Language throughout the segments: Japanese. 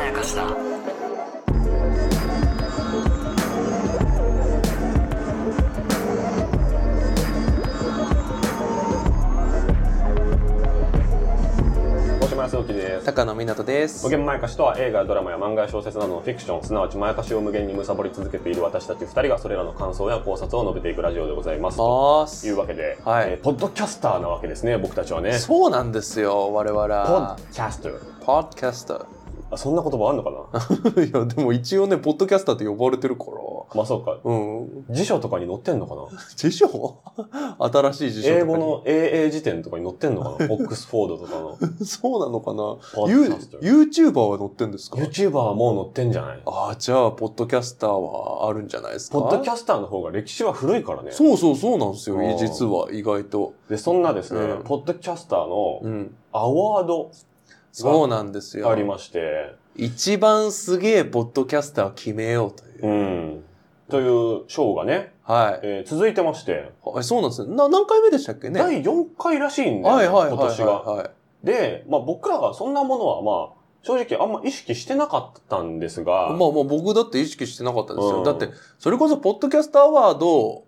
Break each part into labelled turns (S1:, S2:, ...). S1: やかしだ
S2: 大島康之です。
S3: 高野湊です
S2: 無。限まやかしとは映画やドラマや漫画や小説などのフィクション、すなわちまやかしを無限に貪り続けている私たち二人がそれらの感想や考察を述べていくラジオでございます。と
S3: ま
S2: いう
S3: す。
S2: わけで、
S3: はい
S2: えーポッドキャスターなわけですね、僕たちはね。
S3: そうなんですよ、我々
S2: ポッ
S3: は。
S2: ドキャスター。
S3: ポッドキャスタ
S2: あそんな言葉あんのか な
S3: ー。 いや、でも一応ね、ポッドキャスターって呼ばれてるから。
S2: まあそうか。
S3: うん。
S2: 辞書とかに載ってんのかな
S3: 辞書 新しい辞書とかに
S2: 英語の AA 辞典とかに載ってんのかなオックスフォードとかの。
S3: そうなのかな
S2: ポッドキャスター
S3: ?You- ?YouTuber は載ってんですか
S2: YouTuber はもう載ってんじゃない
S3: ああ、じゃあ、ポッドキャスターはあるんじゃないですか
S2: ポッドキ
S3: ャ
S2: ャスターの方が歴史は古いからね。
S3: そうそうそうなんですよ
S2: あー、
S3: 実は意外と。
S2: で、そんなですね、
S3: うん
S2: ポッドキャスター
S3: う
S2: の
S3: ん。
S2: アワード
S3: そうなんです
S2: があり
S3: よ。
S2: まして、
S3: 一番すげえポッドキャスターを決めようという。
S2: うん。という賞がね、
S3: はい。
S2: えー続いてまして、
S3: はい、そうなんですね。な、何回目でしたっけね。
S2: 第4回らしいんだよ、
S3: はいはいはい
S2: 今
S3: は
S2: 年
S3: い、
S2: が。
S3: はい。
S2: で、まあ僕らがそんなものはまあ、正直あんま意識してなかったんですが、
S3: まあまあ僕だって意識してなかったですよ。
S2: うん
S3: だって、それこそポッドキャストアワードを、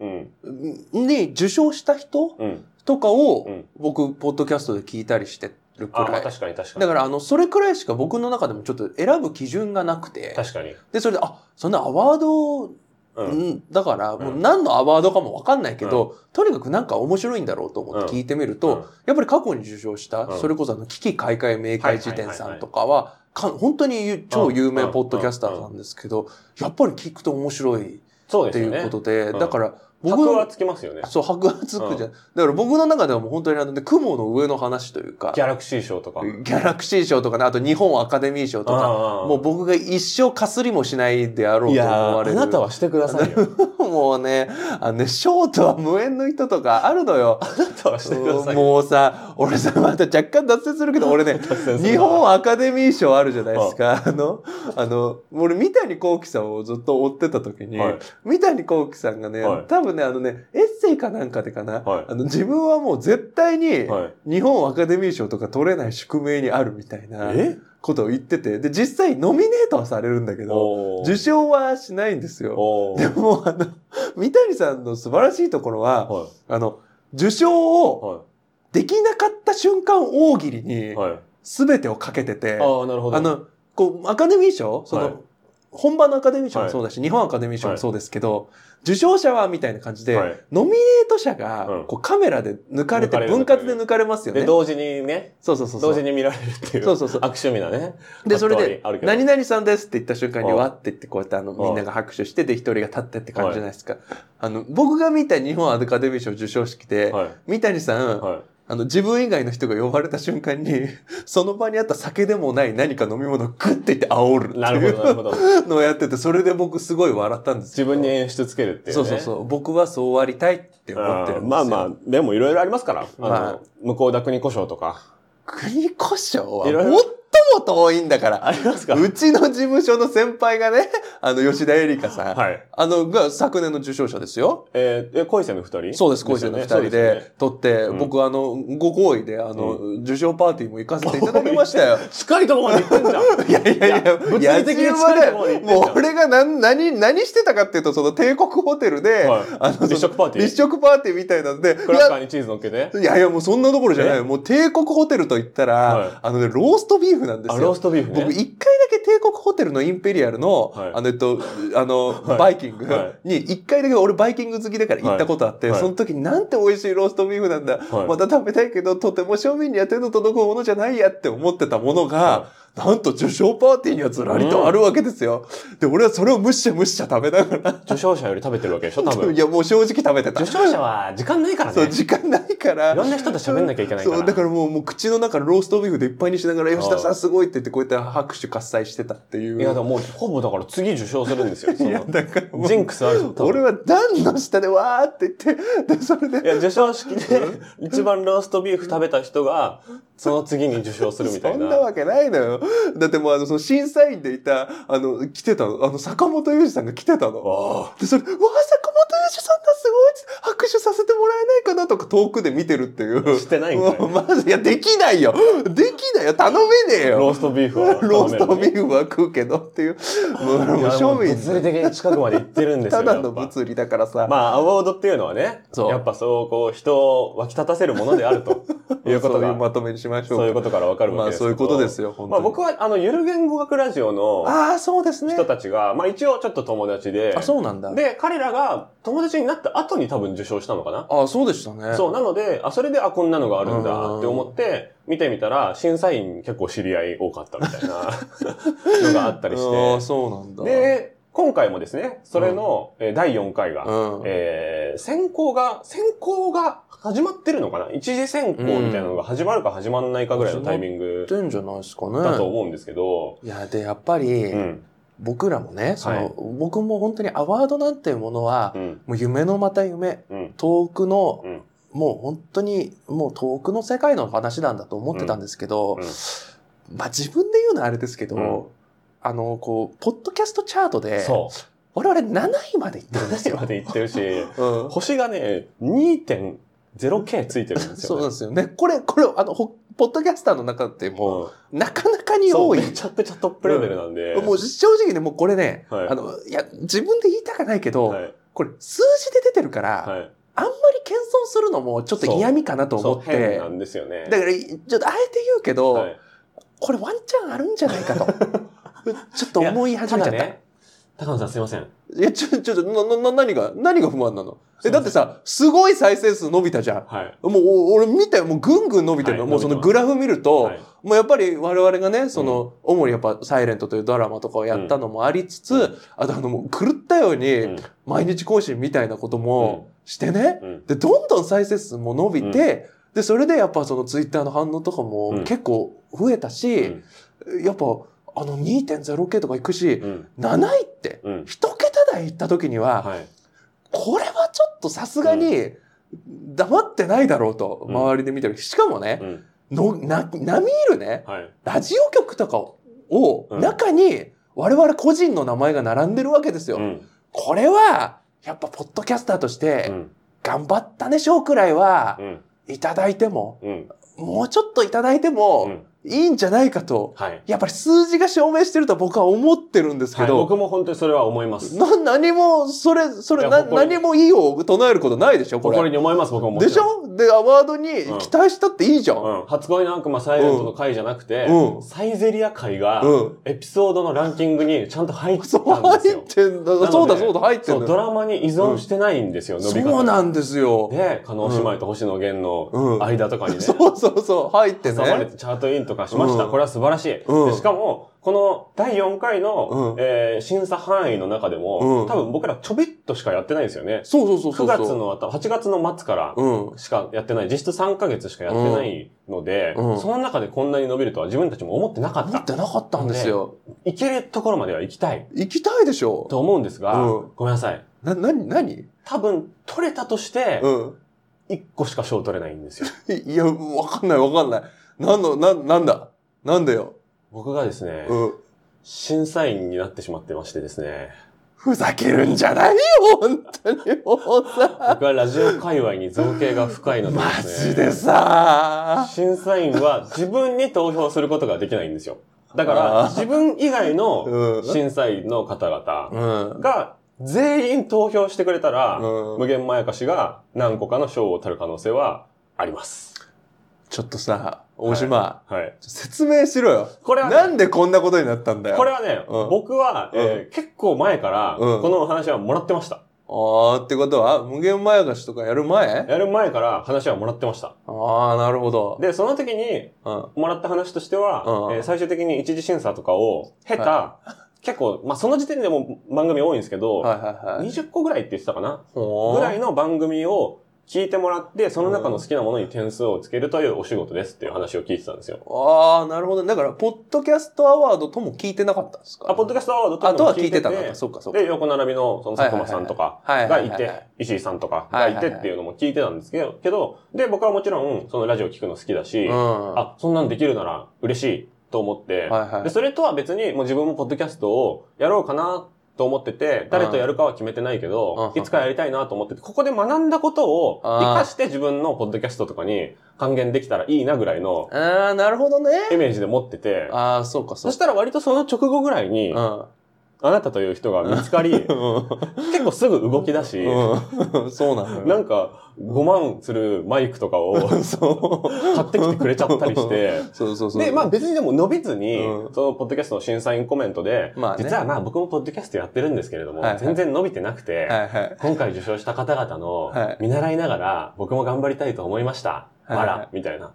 S2: うん、
S3: んに受賞した人
S2: うん。
S3: とかを
S2: うん
S3: 僕、ポッドキャストで聞いたりしてるく
S2: あ、ま
S3: ら
S2: あ
S3: い。
S2: 確かに確かに。
S3: だから、あの、それくらいしか僕の中でもちょっと選ぶ基準がなくて。
S2: 確かに。
S3: で、それで、あ、そんなアワード、
S2: うん。
S3: んだから、
S2: ん
S3: もう何のアワードかもわかんないけど、とにかくなんか面白いんだろうと思って聞いてみると、やっぱり過去に受賞した、
S2: うん
S3: それこそあの、危機開会明快辞典さんとかは、か本当にゆ
S2: う
S3: 超
S2: ん
S3: 有名ポッドキャスターなんですけど、やっぱり聞くと面白いっ
S2: そうで
S3: て
S2: す
S3: い
S2: よ
S3: う
S2: ね
S3: こ。とで、
S2: うん
S3: だから僕
S2: 僕は
S3: の、
S2: つきますよね。
S3: そう、白髪つくじゃん。だから僕の中ではもう本当にあの、で雲の上の話というか、
S2: ギ
S3: ギ
S2: ャラクシー賞とか。
S3: ャラクシー賞とかね、あと日本アカデミー賞とか、
S2: も
S3: もう僕が一生かすりもしないであろうと思われる。
S2: はしてくださいよ。
S3: もうね、あのね、ショートは無縁の人と かあるのよ。
S2: あなたはしてくださいよ。
S3: もうさ、俺さ、また若干脱線するけど、俺ね、
S2: 線する
S3: 日本アカデミー賞あるじゃないですか。あの、あの、俺、三谷幸喜さんをずっと追ってた時に、
S2: はい
S3: 三谷幸喜さんがね、
S2: はい
S3: 多分ね、あのね、エッセイかなんかでかな、
S2: はい
S3: あの自分はもう絶対に、
S2: はい
S3: 日本アカデミー賞とか取れない宿命にあるみたいな
S2: え
S3: ことを言ってて、で、実際ノミネートはされるんだけど、
S2: おー
S3: 受賞はしないんですよ。
S2: おー
S3: でも、あの、三谷さんの素晴らしいところは、
S2: は
S3: あの、受賞を、
S2: い。は
S3: できなかった瞬間大喜利
S2: い。
S3: に
S2: はい。
S3: 全てをかけてて、
S2: ああ、なるほど。
S3: あ、の、こう、アカデミー賞その、
S2: はい
S3: 本場のアカデミー賞もそうだし、日本アカデミー賞もそうですけど、受賞者はみたいな感じで、
S2: はい
S3: ノミネート者
S2: う
S3: が
S2: ん
S3: こうカメラで抜かれ
S2: 抜
S3: て、
S2: かれる
S3: 分割で抜かれますよ
S2: で、
S3: ね。
S2: 同時にね、
S3: そうそうそうそ
S2: 同時
S3: う。
S2: に見られるっていう。
S3: そうそうそう
S2: 悪趣味なね。
S3: で、それで
S2: ある、けど
S3: 何々さんですって言った瞬間に、
S2: うん
S3: わって言って、こうやってあの、
S2: ん
S3: みんなが拍手して、で、一人が立ってって感じじゃないですか。あの、僕が見た日本アカデミー賞受賞式で、
S2: はい。
S3: 三谷さん、
S2: は
S3: あの、自分以外の人が呼ばれた瞬間に、 その場にあった酒でもない何か飲み物をグッていって煽るって
S2: い。なるほど、なる
S3: い
S2: ほ ど。
S3: うのをやってて、それで僕すごい笑ったんです
S2: 自分に演出つけるっていうね。
S3: そうそうそう。僕はそうありたいって思ってるんですよ。
S2: んまあまあ、でもいろいろありますから。あ
S3: は
S2: の、向田国故障とか。
S3: 国故障はい最
S2: ろいろ
S3: も遠いんだから。
S2: ります
S3: うちの事務所の先輩がね、あの、吉田絵里香さん。
S2: はい。
S3: あの、が昨年の受賞者ですよ。
S2: えー、え恋生の二人
S3: そうです、恋生の二人で。撮って、
S2: ん
S3: 僕あの、ご好意で、あの、受賞パーティーも行かせていただきました よ。
S2: 近いとこまで行ってんじゃん。
S3: いやいやいや、
S2: 物理的に
S3: ま
S2: 近い
S3: で
S2: ところに行ってんじゃん
S3: もう俺が何、何、何してたかっていうと、その帝国ホテルで、
S2: はい
S3: あの、
S2: 立食パーティー
S3: 立食パーティーみたいなので、
S2: クラッカーにチーズ乗っけて
S3: い。やいやいや、もうそんなところじゃない。もう帝国ホテルと言ったら、
S2: はい
S3: あのね、ローストビーフなんです
S2: あ、
S3: よ。
S2: ローストビーフね。
S3: 僕一回だけ帝国ホテルのインペリアルの、
S2: はい
S3: あの、えっと、あの、
S2: はい
S3: バイキング
S2: は
S3: に一回だけ俺バイキング好きだから行ったことあっ
S2: は
S3: て、
S2: いはい
S3: その時なんて美味しいローストビーフなんだ。
S2: はい
S3: また食べたいけど、とても庶民には手の届くものじゃないやって思ってたものが、
S2: は
S3: なんと受賞パーティーにはずらりとあるわけですよ。で、俺はそれをむっしゃむっしゃ食べながら、
S2: 受賞者より食べてるわけでしょ、多分
S3: い。や、もう正直食べてた。
S2: 受賞者は時間ないから
S3: そう、
S2: ね。
S3: 時間ないから。
S2: いろんな人と喋んなきゃいけないから
S3: そう、だからもう、もう口の中ローストビーフでいっぱいにしながら、吉田
S2: あ
S3: さ
S2: あ
S3: んすごいって言って、こうやって拍手喝采してたっていう。
S2: いや、でももうほぼだから次受賞するんですよ。そ
S3: いや
S2: の
S3: だからもう
S2: ジンクスあるぞ多分
S3: 俺は段の下でわーって言って、で、それ
S2: い
S3: で、
S2: や、受賞式で一番ローストビーフ食べた人が、その次に受賞するみた
S3: そ
S2: い
S3: ん
S2: な。
S3: なわけないのよ。だってもうあの、その審査員でいた、あの、来てたの、あの、坂本裕二さんが来てたの。
S2: わあ
S3: で、それ、うわあ、坂本裕二さんなすごい拍手させてもらえないかなとか遠くで見てるってい う。
S2: してないんかい
S3: もうマジ、いや、できないよできないよ頼めねえ
S2: ロー
S3: よ
S2: ストビーフは
S3: ローストビ
S2: フ
S3: ーフは食うけどっていう。もうもう庶民
S2: 物理的に近くまで行ってるんですよ
S3: ただの
S2: やっぱ
S3: 物理だからさ。
S2: まあ、アワードっていうのはね、
S3: そう
S2: やっぱそう、こう、人を沸き立たせるものであるということ
S3: そうい
S2: が
S3: う、 まとめにしましょうか。
S2: そういうことからわかるわ
S3: ま
S2: け
S3: あ
S2: です
S3: そういうことです
S2: よ。
S3: よ、本当
S2: まあ
S3: に。
S2: 僕は、あの、ゆる言語学ラジオの
S3: ああ、そうですね。
S2: 人たちが、まあ一応ちょっと友達で、
S3: あ、そうなんだ。
S2: で、彼らが友達になった後に多分受賞したのかな。
S3: ああ、そうでしたね。
S2: そう、なので、あ、それで、あ、こんなのがあるん
S3: うん
S2: だって思って、見てみたら、審査員結構知り合い多かったみたいな のがあったり
S3: ああ、
S2: して。
S3: そうなんだ。
S2: で、今回もですね、それの、えー第4回が、
S3: うん。
S2: えー選考が、選考が始まってるのかな一次選考みたいなのが始まるか始まらないかぐらいのタイミング
S3: ってんじゃないですか
S2: だと
S3: ね。
S2: 思うんですけど、
S3: いや、で、やっぱり、
S2: うん。
S3: 僕らもね、その、
S2: はい
S3: 僕も本当にアワードなんていうものは、
S2: うん。
S3: もう夢のまた夢、
S2: うん。
S3: 遠くの、
S2: うん
S3: もう本当に、もう遠くの世界の話なんだと思ってたんですけど、
S2: うんうん
S3: まあ自分で言うのはあれですけど、
S2: うん
S3: あの、こう、ポッドキャストチャートで、
S2: そ
S3: 我々7位まで行ってるん
S2: う。
S3: です
S2: 7
S3: よ。
S2: まで行ってるし、
S3: うん
S2: 星がね、2.0K ついてるんです
S3: そう
S2: よ、
S3: な
S2: ね。
S3: んですよね。これ、これ、あの、ほポッドキャスターの中でも、
S2: も
S3: なかなか
S2: うん、
S3: に
S2: そう
S3: 多い。
S2: めちゃくちゃトップレベルなんで。
S3: もう正直ね、もうこれね、
S2: はい
S3: あの、いや、自分で言いたくないけど、
S2: はい。
S3: これ数字で出てるから、
S2: はい。
S3: あんまり謙遜するのもちょっと嫌味かなと
S2: そ
S3: 思
S2: う、
S3: っ
S2: 変
S3: て
S2: な、んですよね。
S3: だから、ちょっとあえて言うけど、
S2: はい
S3: これワンチャンあるんじゃない かと、ちょっと思い始めちゃった。い
S2: だね、高野さんすいません。
S3: や、ちょ、ちょっと、な、な、な何が、何が不満なの
S2: すいませ
S3: え、
S2: ん
S3: だってさ、すごい再生数伸びたじゃん。
S2: はい。
S3: もう、お俺見たよ、もうぐんぐん伸びてるの。
S2: はい
S3: もうその
S2: 伸び
S3: グラフ見ると、
S2: はい
S3: もうやっぱり我々がね、その、主にやっぱ、サイレントというドラマとかをやったのもありつつ、
S2: うん
S3: あとあの、もう狂ったよう
S2: う
S3: に、
S2: ん
S3: 毎日更新みたいなこともしてね、
S2: うん
S3: で、どんどん再生数も伸びて、で、それでやっぱそのツイッターの反応とか
S2: う
S3: も
S2: ん
S3: 結構増えたし、やっぱ、あの 2.0K とか行くし、
S2: うん。
S3: 7位って、
S2: うん。
S3: 一桁台行った時には、
S2: はい。
S3: これはちょっとさすがに、黙ってないだろうと、
S2: うん
S3: 周りで見てる。しかもね
S2: う、ん。
S3: の、な、並みいるね、
S2: はい。
S3: ラジオ局とかを、
S2: うん
S3: 中に我々個人の名前が並んでるわけですよ。
S2: うん。
S3: これは、やっぱポッドキャスターとし
S2: う
S3: て、
S2: ん。
S3: 頑張ったね、賞くらいは
S2: う、ん。
S3: いただいても、
S2: うん。
S3: もうちょっといただいて
S2: う
S3: も、
S2: ん
S3: いいんじゃないかと、
S2: はい。
S3: やっぱり数字が証明してると僕は思ってるんですけ
S2: はい、
S3: ど、
S2: 僕も本当にそれは思います。
S3: な、何も、それ、それ、
S2: いや
S3: な、
S2: 誇り
S3: 何もいいを唱えることないでしょ、こ
S2: 誇り
S3: れ。
S2: に思います、僕ももち
S3: で
S2: ろん
S3: しょで、アワードに
S2: うん
S3: 期待したっていいじゃん。うん。
S2: うん。初恋の悪魔サイレントの回じゃなくて、
S3: うん
S2: サイゼリア回が、
S3: そう、
S2: エピソードのランキングにちゃんと入ってたんです
S3: 入
S2: よ
S3: っ。てんだ。
S2: で
S3: そうだ、そうだ、入って
S2: そ
S3: ん
S2: う、
S3: だ
S2: ド
S3: よ。
S2: ラマに依存してないんですよ、伸び方が。
S3: そうなんですよ。
S2: で、加納姉妹と星野源
S3: うん
S2: の間とかにね、
S3: そうそうそう、入って
S2: 挟まれ
S3: ね。
S2: てチャートインとかしました。
S3: うん
S2: これは素晴らしい。
S3: うん
S2: でしかも、この第4回の、
S3: うん
S2: えー審査範囲の中でも、
S3: うん
S2: 多分僕らちょびっとしかやってないんですよね。
S3: そうそうそうそ
S2: 9
S3: う。
S2: 月の頭、8月の末から
S3: うん。
S2: しかやってない、実質3ヶ月しかやってないので、
S3: うんうん
S2: その中でこんなに伸びるとは自分たちも思ってなかっ。
S3: 思ったてなかったんですよ。
S2: 行けるところまでは行きたい
S3: 行きたいでしょ
S2: と思うんですが、
S3: うん
S2: ごめんなさい。
S3: な、なに、なに
S2: 多分、取れたとして、
S3: うん。
S2: 1個しか賞取れないんですよ。
S3: いいや、わかんないわかんない。なんの、な、なんだなんだよ。
S2: 僕がですね、
S3: うん。
S2: 審査員になってしまってましてですね、
S3: ふざけるんじゃないよ本当にもうさ。
S2: 僕はラジオ界隈に造形が深いので
S3: マ
S2: ですね、
S3: ジでさ。
S2: 審査員は自分に投票することができないんですよ。だか
S3: あ
S2: ら、
S3: ー
S2: 自分以外の
S3: うん。
S2: 審査員の方々、
S3: うん。
S2: が全員投票してくれたら、
S3: うん
S2: 無限まやかしが何個かの賞を取る可能性はあります。
S3: ちょっとさ、大島、
S2: はい。
S3: ちょ説明しろよ。
S2: これはね
S3: なんでこんなことになったんだよ。
S2: これはね、
S3: うん
S2: 僕は、えー結構前から、
S3: うん
S2: このお話はもらってました。
S3: あーってことは、無限前貸しとかやる前
S2: やる前から話はもらってました。
S3: ああ、なるほど。
S2: で、その時に
S3: うん。
S2: もらった話としては、
S3: うん
S2: えー最終的に一次審査とかを経た、
S3: は
S2: 結構、まあ、その時点でもう番組多いんですけど、
S3: はいはいはい。
S2: 20個ぐらいって言ってたかな
S3: ぐ
S2: ぐらいの番組を聞いてもらって、その中の好きなものに点数をつけるというお仕事ですっていう話を聞いてたんですよ。
S3: ああ、なるほど。だから、ポッドキャストアワードとも聞いてなかったんですか
S2: あ、ポッドキャ
S3: ス
S2: ストアワード
S3: あと
S2: も
S3: は聞いてたのか。そうか、そうか。
S2: で、横並びのその佐久間さんとか
S3: はいはい
S2: が
S3: は
S2: い
S3: いはい
S2: て、石井さんとかがいてっていうのも聞いてたんですけど、けどで、僕はもちろんそのラジオ聞くの好きだし、
S3: うん。
S2: あ、そんなんできるなら嬉しいと思って、
S3: はいはい
S2: でそれとは別にもう自分もポッドキャストをやろうかなっと思ってて、誰とやるかは決めてないけど、
S3: うん
S2: いつかやりたいなと思ってて、ここで学んだことを
S3: あー
S2: 活かして自分のポッドキャストとかに還元できたらいいなぐらいの
S3: ああ、なるほどね。
S2: イメージで持ってて、
S3: ああ、そうか、そ
S2: そうしたら割とその直後ぐらいに、
S3: か。
S2: あなたという人が見つかり
S3: う、ん。
S2: 結構すぐ動き出し、
S3: うん。そうなのよ。
S2: なんか5万するマイクとかを買
S3: そう。
S2: ってきてくれちゃったりして、
S3: そうそうそう。
S2: で、まあ別にでも伸びずに、
S3: うん
S2: そのポッドキャストの審査員コメントで、
S3: まあね
S2: 実はまあ僕もポッドキャストやってるんですけれども、
S3: はいはい
S2: 全然伸びてなくて、
S3: はいはい。
S2: 今回受賞した方々の
S3: はい
S2: 見習いながら僕も頑張りたいと思いました。
S3: いはい
S2: わら、みたいな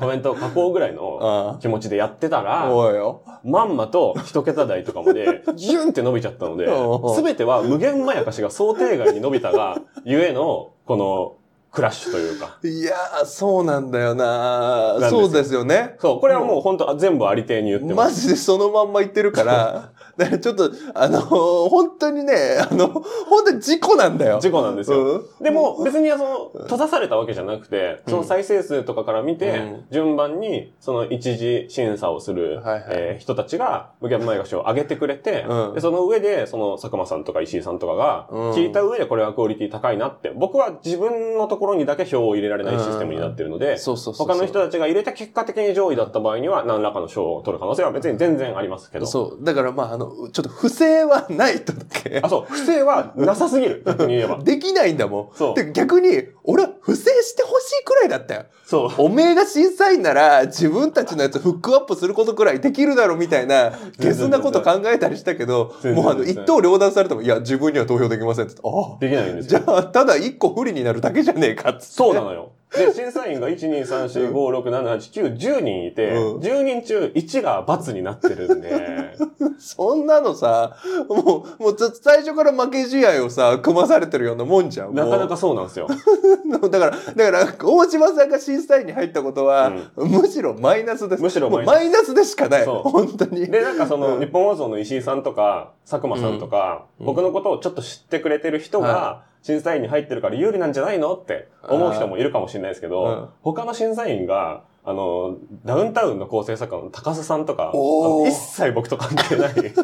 S2: コメントを書こうぐらい の
S3: あ
S2: 気持ちでやってた
S3: あ。
S2: ら、
S3: おいよ。
S2: まんまと一桁台とかま で、ギュンって伸びちゃったので
S3: おうお、う
S2: すべては無限まやかしが想定外に伸びたが、ゆえの、この、クラッシュというか。
S3: いやー、そうなんだよな
S2: なんですよ
S3: そうですよね。
S2: そう、これはもう本当全部ありていに言ってま
S3: マ
S2: す。
S3: ジでそのまんま言ってるから、 だからちょっと、あのー本当にね、あの、本当に事故なんだよ。
S2: 事故なんですよ。
S3: うん
S2: でも別にその閉ざされたわけじゃなくて、
S3: うん
S2: その再生数とかから見て、
S3: うん
S2: 順番にその一時審査をする、
S3: はいはい
S2: えー人たちが無限前貸しを上げてくれて、
S3: うん
S2: でその上でその佐久間さんとか石井さんとかが
S3: うん
S2: 聞いた上でこれはクオリティ高いなって、僕は自分のところにだけ票を入れられないシステムになってるので、
S3: そうそうそうそう。
S2: 他の人たちが入れた結果的に上位だった場合には何らかの賞を取る可能性は別に全然ありますけど。
S3: そう。だからまあ、あの、ちょっと不正はないとだけ
S2: あ、。そう。不正はなさすぎる。逆に言えば。
S3: できないんだも
S2: そ
S3: ん。
S2: う
S3: で、逆に、俺は不正してほしいくらいだったよ。
S2: そう。
S3: おめえが審査員なら、自分たちのやつフックアップすることくらいできるだろ、みたいな、ゲスなこと考えたりしたけど、
S2: 全然
S3: もうあの、
S2: 全然
S3: 一刀両断されても、いや、自分には投票できませんって言って。ああ。
S2: できないんですよ
S3: じゃあ、ただ一個不利になるだけじゃねえかっつって。
S2: そうなのよ。で、審査員が1,2,3,4,5,6,7,8,9,10人いて、
S3: うん
S2: 10人中1が×になってるん で、
S3: そんなのさ、もう、もうず最初から負け試合をさ、組まされてるようなもんじゃん。も
S2: な
S3: う
S2: かなかそうなんですよ。
S3: だから、だから、大島さんが審査員に入ったことは、むしろマイナスです。
S2: むしろマイナス
S3: もうマイナスでしかない。
S2: そう
S3: 本当に。
S2: で、なんかその、
S3: うん
S2: 日本放送の石井さんとか、佐久間さんとか、
S3: うん
S2: 僕のことをちょっと知ってくれてる人が、審査員に入ってるから有利なんじゃないのって思う人もいるかもしれないですけど、
S3: うん
S2: 他の審査員が、あの、ダウンタウンの構成作家の高須さんとか、あ
S3: おー
S2: の一切僕と関係ない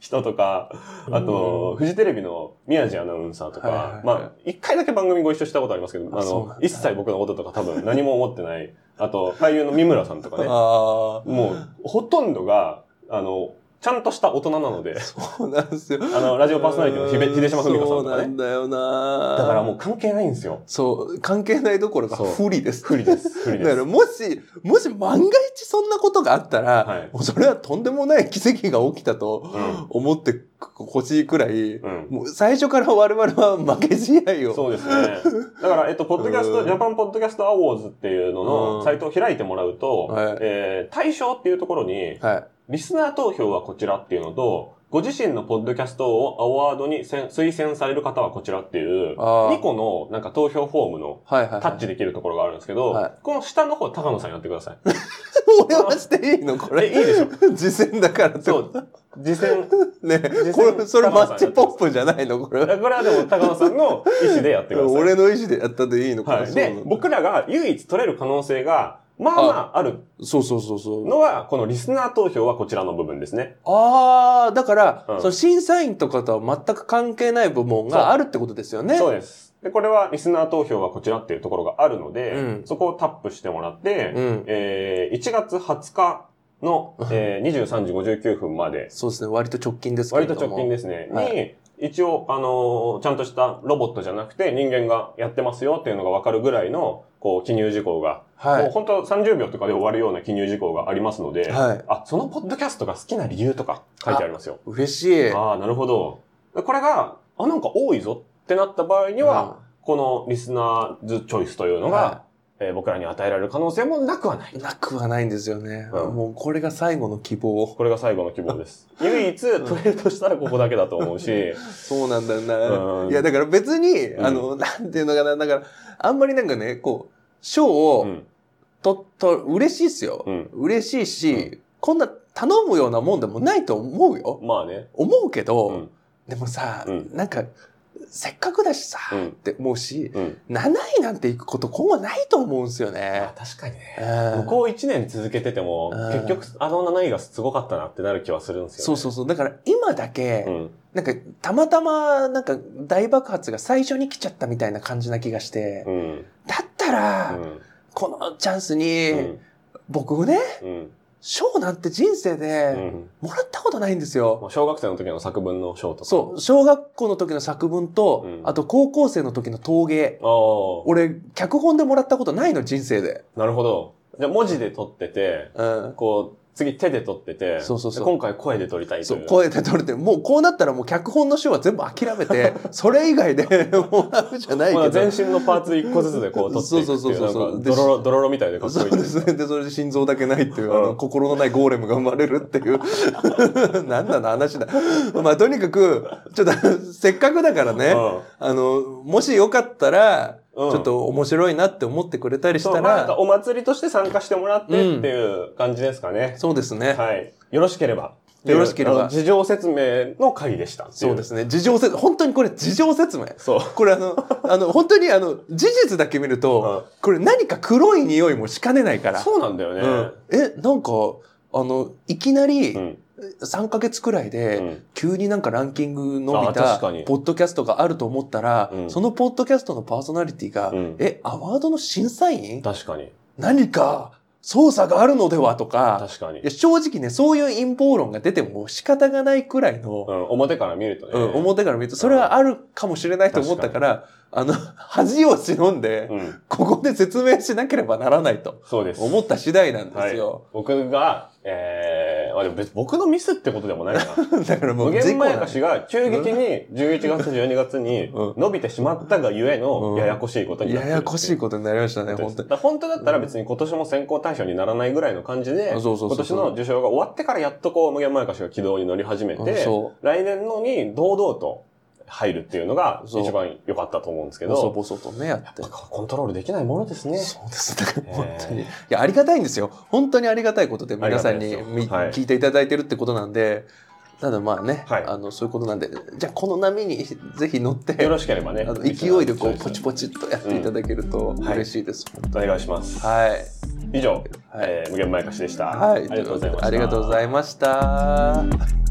S2: 人とか、あと、フジテレビの宮地アナウンサーとか、
S3: はいはいはい
S2: まあ、一回だけ番組ご一緒したことありますけど、
S3: あ
S2: あ
S3: そうな
S2: の
S3: ん、だ
S2: 一切僕のこととか多分何も思ってない。あと、俳優の三村さんとかね。
S3: あ
S2: もう、ほとんどが、あの、ちゃんとした大人なので、
S3: あ、そうなんですよ。
S2: あの、ラジオパーソナリティのひべ
S3: うん
S2: 秀島文香さんと
S3: そう
S2: か
S3: な
S2: ね。
S3: んだよな
S2: だからもう、関係ないんですよ。
S3: そう、関係ないどころか
S2: そう
S3: 不利です。
S2: 不利です。不利
S3: だか
S2: で
S3: ら
S2: す。
S3: もし、もし万が一そんなことがあったら、
S2: はい
S3: もうそれはとんでもない奇跡が起きたと
S2: うん
S3: 思ってほしいくらい、
S2: うん。
S3: もう最初から我々は負け試合を。
S2: そうですね。だから、えっと、ポッドキャス
S3: う
S2: ト、
S3: ん
S2: ジャパンポッドキャストアワーズっていうの
S3: うん
S2: のサイトを開いてもらうと
S3: はい、
S2: えー対象っていうところに、
S3: はい。
S2: リスナー投票はこちらっていうのと、ご自身のポッドキャストをアワードにせん推薦される方はこちらっていう、
S3: あー
S2: 2個のなんか投票フォームの
S3: はいはいはい。
S2: タッチできるところがあるんですけど、
S3: はい
S2: この下の方、高野さんやってください。
S3: 俺はしていいのこれ。
S2: えいいでしょ。
S3: 次戦だからって
S2: そ
S3: こと。
S2: う。次戦。
S3: ね
S2: 戦
S3: これ、それマッチポップじゃないのこれ。
S2: これはでも高野さんの意思でやってください。
S3: 俺の意思でやったでいいのこれ。
S2: はい。
S3: そうな
S2: で
S3: の、
S2: 僕らが唯一取れる可能性が、まあまあある
S3: そうそうそうそう。
S2: のは、このリスナー投票はこちらの部分ですね。
S3: ああ、だから、
S2: うん
S3: その審査員とかとは全く関係ない部門
S2: そう
S3: があるってことですよね。
S2: そう
S3: う
S2: です。で、これはリスナー投票はこちらっていうところがあるので、
S3: うん
S2: そこをタップしてもらって、
S3: うん
S2: えー1月20日 の、えー23時59分まで、
S3: そうですね。割と直近ですけれ
S2: 割
S3: ど
S2: と
S3: も。
S2: 直近ですね。
S3: は
S2: に、一応、あのーちゃんとしたロボットじゃなくて人間がやってますよっていうのがわかるぐらいの、こう、記入事項が
S3: は
S2: もう
S3: い。
S2: 本当30秒とかで終わるような記入事項がありますので、
S3: はい。
S2: あ、そのポッドキャストが好きな理由とか書いてありますよ。
S3: 嬉しい。
S2: ああー、なるほど。これが、あ、なんか多いぞってなった場合には、このリスナーズチョイスという
S3: うん、
S2: のが、えー僕らに与えられる可能性もなくはない。
S3: はいなくはないんですよね。
S2: うん
S3: もうこれが最後の希望。
S2: これが最後の希望です。唯一取れるとしたらここだけだと思うし、
S3: そうなんだよな。
S2: うん
S3: いや、だから別に、
S2: ん
S3: あの、なんていうのかな。だから、あんまりなんかね、こう、
S2: う
S3: 賞を
S2: ん、
S3: と、と、嬉しいっすよ。
S2: うん。
S3: 嬉しいし、
S2: う
S3: こんな頼むようなもんでもないと思うよ。
S2: まあね。
S3: 思うけど、
S2: うん
S3: でもさ、
S2: うん
S3: なんか、せっかくだしさ、
S2: うん
S3: って思うし、
S2: うん
S3: 7位なんて行くこと今後ないと思うんですよね
S2: あ。確かにね。
S3: 向
S2: 向こう1年続けてても、
S3: うん
S2: 結局あの7位がすごかったなってなる気はするんですよ
S3: そう
S2: ね。
S3: そうそう。だから今だけ、
S2: うん。
S3: なんかたまたまなんか大爆発が最初に来ちゃったみたいな感じな気がして、
S2: うん。
S3: だった
S2: う
S3: ら、
S2: ん。
S3: このチャンスに、
S2: うん。
S3: 僕ね、
S2: うん。
S3: 賞なんて人生
S2: う
S3: で
S2: ん。
S3: もらったことないんですよ。
S2: まあ小学生の時の作文の賞とか。
S3: そう、小学校の時の作文と、
S2: うん
S3: あと高校生の時の陶芸。
S2: あ
S3: 俺、脚本でもらったことないの、人生で。
S2: あ、なるほど。じゃあ文字で取ってて、
S3: うん。
S2: こう、次手で取ってて、
S3: そうそうそう
S2: で今回声で取りたいと
S3: そ、
S2: いうう。
S3: 声で取れて、もうこうなったらもう脚本の賞は全部諦 めて、それ以外で もらうじゃない
S2: ま
S3: け
S2: だ全
S3: ど。
S2: 身のパーツ一個ずつでこう取っていくって
S3: そうそう
S2: いう、
S3: そう
S2: なん
S3: そう
S2: か、ドロロ、ドロロみたいでかっこ
S3: そ
S2: いいう
S3: で。すね。で、それで心臓だけないっていう、あ
S2: う
S3: の、
S2: ん
S3: 心のないゴーレムが生まれるっていう。 何なの話だ。まあ、とにかく、ちょっと、せっかくだからね、あの、もしよかったら、
S2: うん
S3: ちょっと面白いなって思ってくれたりし
S2: そ
S3: た、
S2: う、まあなんからお祭りとして参加してもらってっていう感じですかね。
S3: そうですね。
S2: はい。よろしければ。
S3: よろしけれ
S2: あ
S3: ば
S2: の事情説明の会でした。。
S3: そうですすね。事情説、本当にこれ事情説明。
S2: そう。
S3: これあ の、あの、本当にあの、事実だけ見ると、これ何か黒い匂いもしかねないから。
S2: そうなんだよね。
S3: うんえ、なんか、あの、いきなり
S2: うん。
S3: 3ヶ月くらいで、
S2: うん
S3: 急になんかランキング伸び
S2: あ確
S3: た、ポ
S2: かに
S3: ッドキャストがあると思ったら、
S2: うん
S3: そのポッドキャストのパーソナリティが、
S2: うん
S3: え、アワードの審査員
S2: 確かに。
S3: 何か操作があるのではとか、
S2: 確かに
S3: いや。正直ね、そういう陰謀論が出ても仕方がないくらいの、
S2: うん、表から見るとね。
S3: うん、表から見ると、それはあるかもしれないと思ったから、あの、 恥を忍んで、
S2: うん
S3: ここで説明しなければならないと
S2: そうです。
S3: 思った次第なんですよ。
S2: 僕が、えー、まあでも別に僕のミスってことでもないな。
S3: だから も
S2: 無
S3: う絶
S2: 限
S3: 好
S2: まや
S3: な
S2: かしが急激に11月、12月に
S3: う
S2: 伸びてしまったがゆえ
S3: う
S2: の
S3: ん
S2: ややこしいことになっ
S3: や
S2: てる。
S3: やこしいことになりましたね、
S2: 本
S3: 本
S2: 当だ
S3: 当に。
S2: から本当だったら別に今年も選考対象にならないぐらいの感じで、
S3: あそうそうそう
S2: 今年の受賞が終わってからやっとこう、無限まやかしが軌道に乗り始め
S3: うん
S2: て、
S3: そ
S2: 来年のに堂々と入るっていうのが
S3: そう
S2: 一番良かったと思うんですけ
S3: ボソ
S2: ど、
S3: ボソとね、やって。
S2: コントロールできないものですね。
S3: そうです。だから本当に。
S2: え
S3: いや、ありがたいんですよ。本当にありがたいことで皆さん
S2: あり
S3: に
S2: がたいで
S3: み
S2: すよはい
S3: 聞いていただいてるってことなんで、ただまあね、
S2: はい
S3: あの、そういうことなんで、じゃあこの波にぜひ乗って、
S2: よろしければね
S3: あの。勢いでこうポチポチっとやっていただけると嬉しいです。
S2: お願いします。
S3: はい。
S2: 以上、
S3: はい
S2: えー無限まやかしでした。
S3: はい。
S2: ありがとうございました。
S3: ありがとうございました。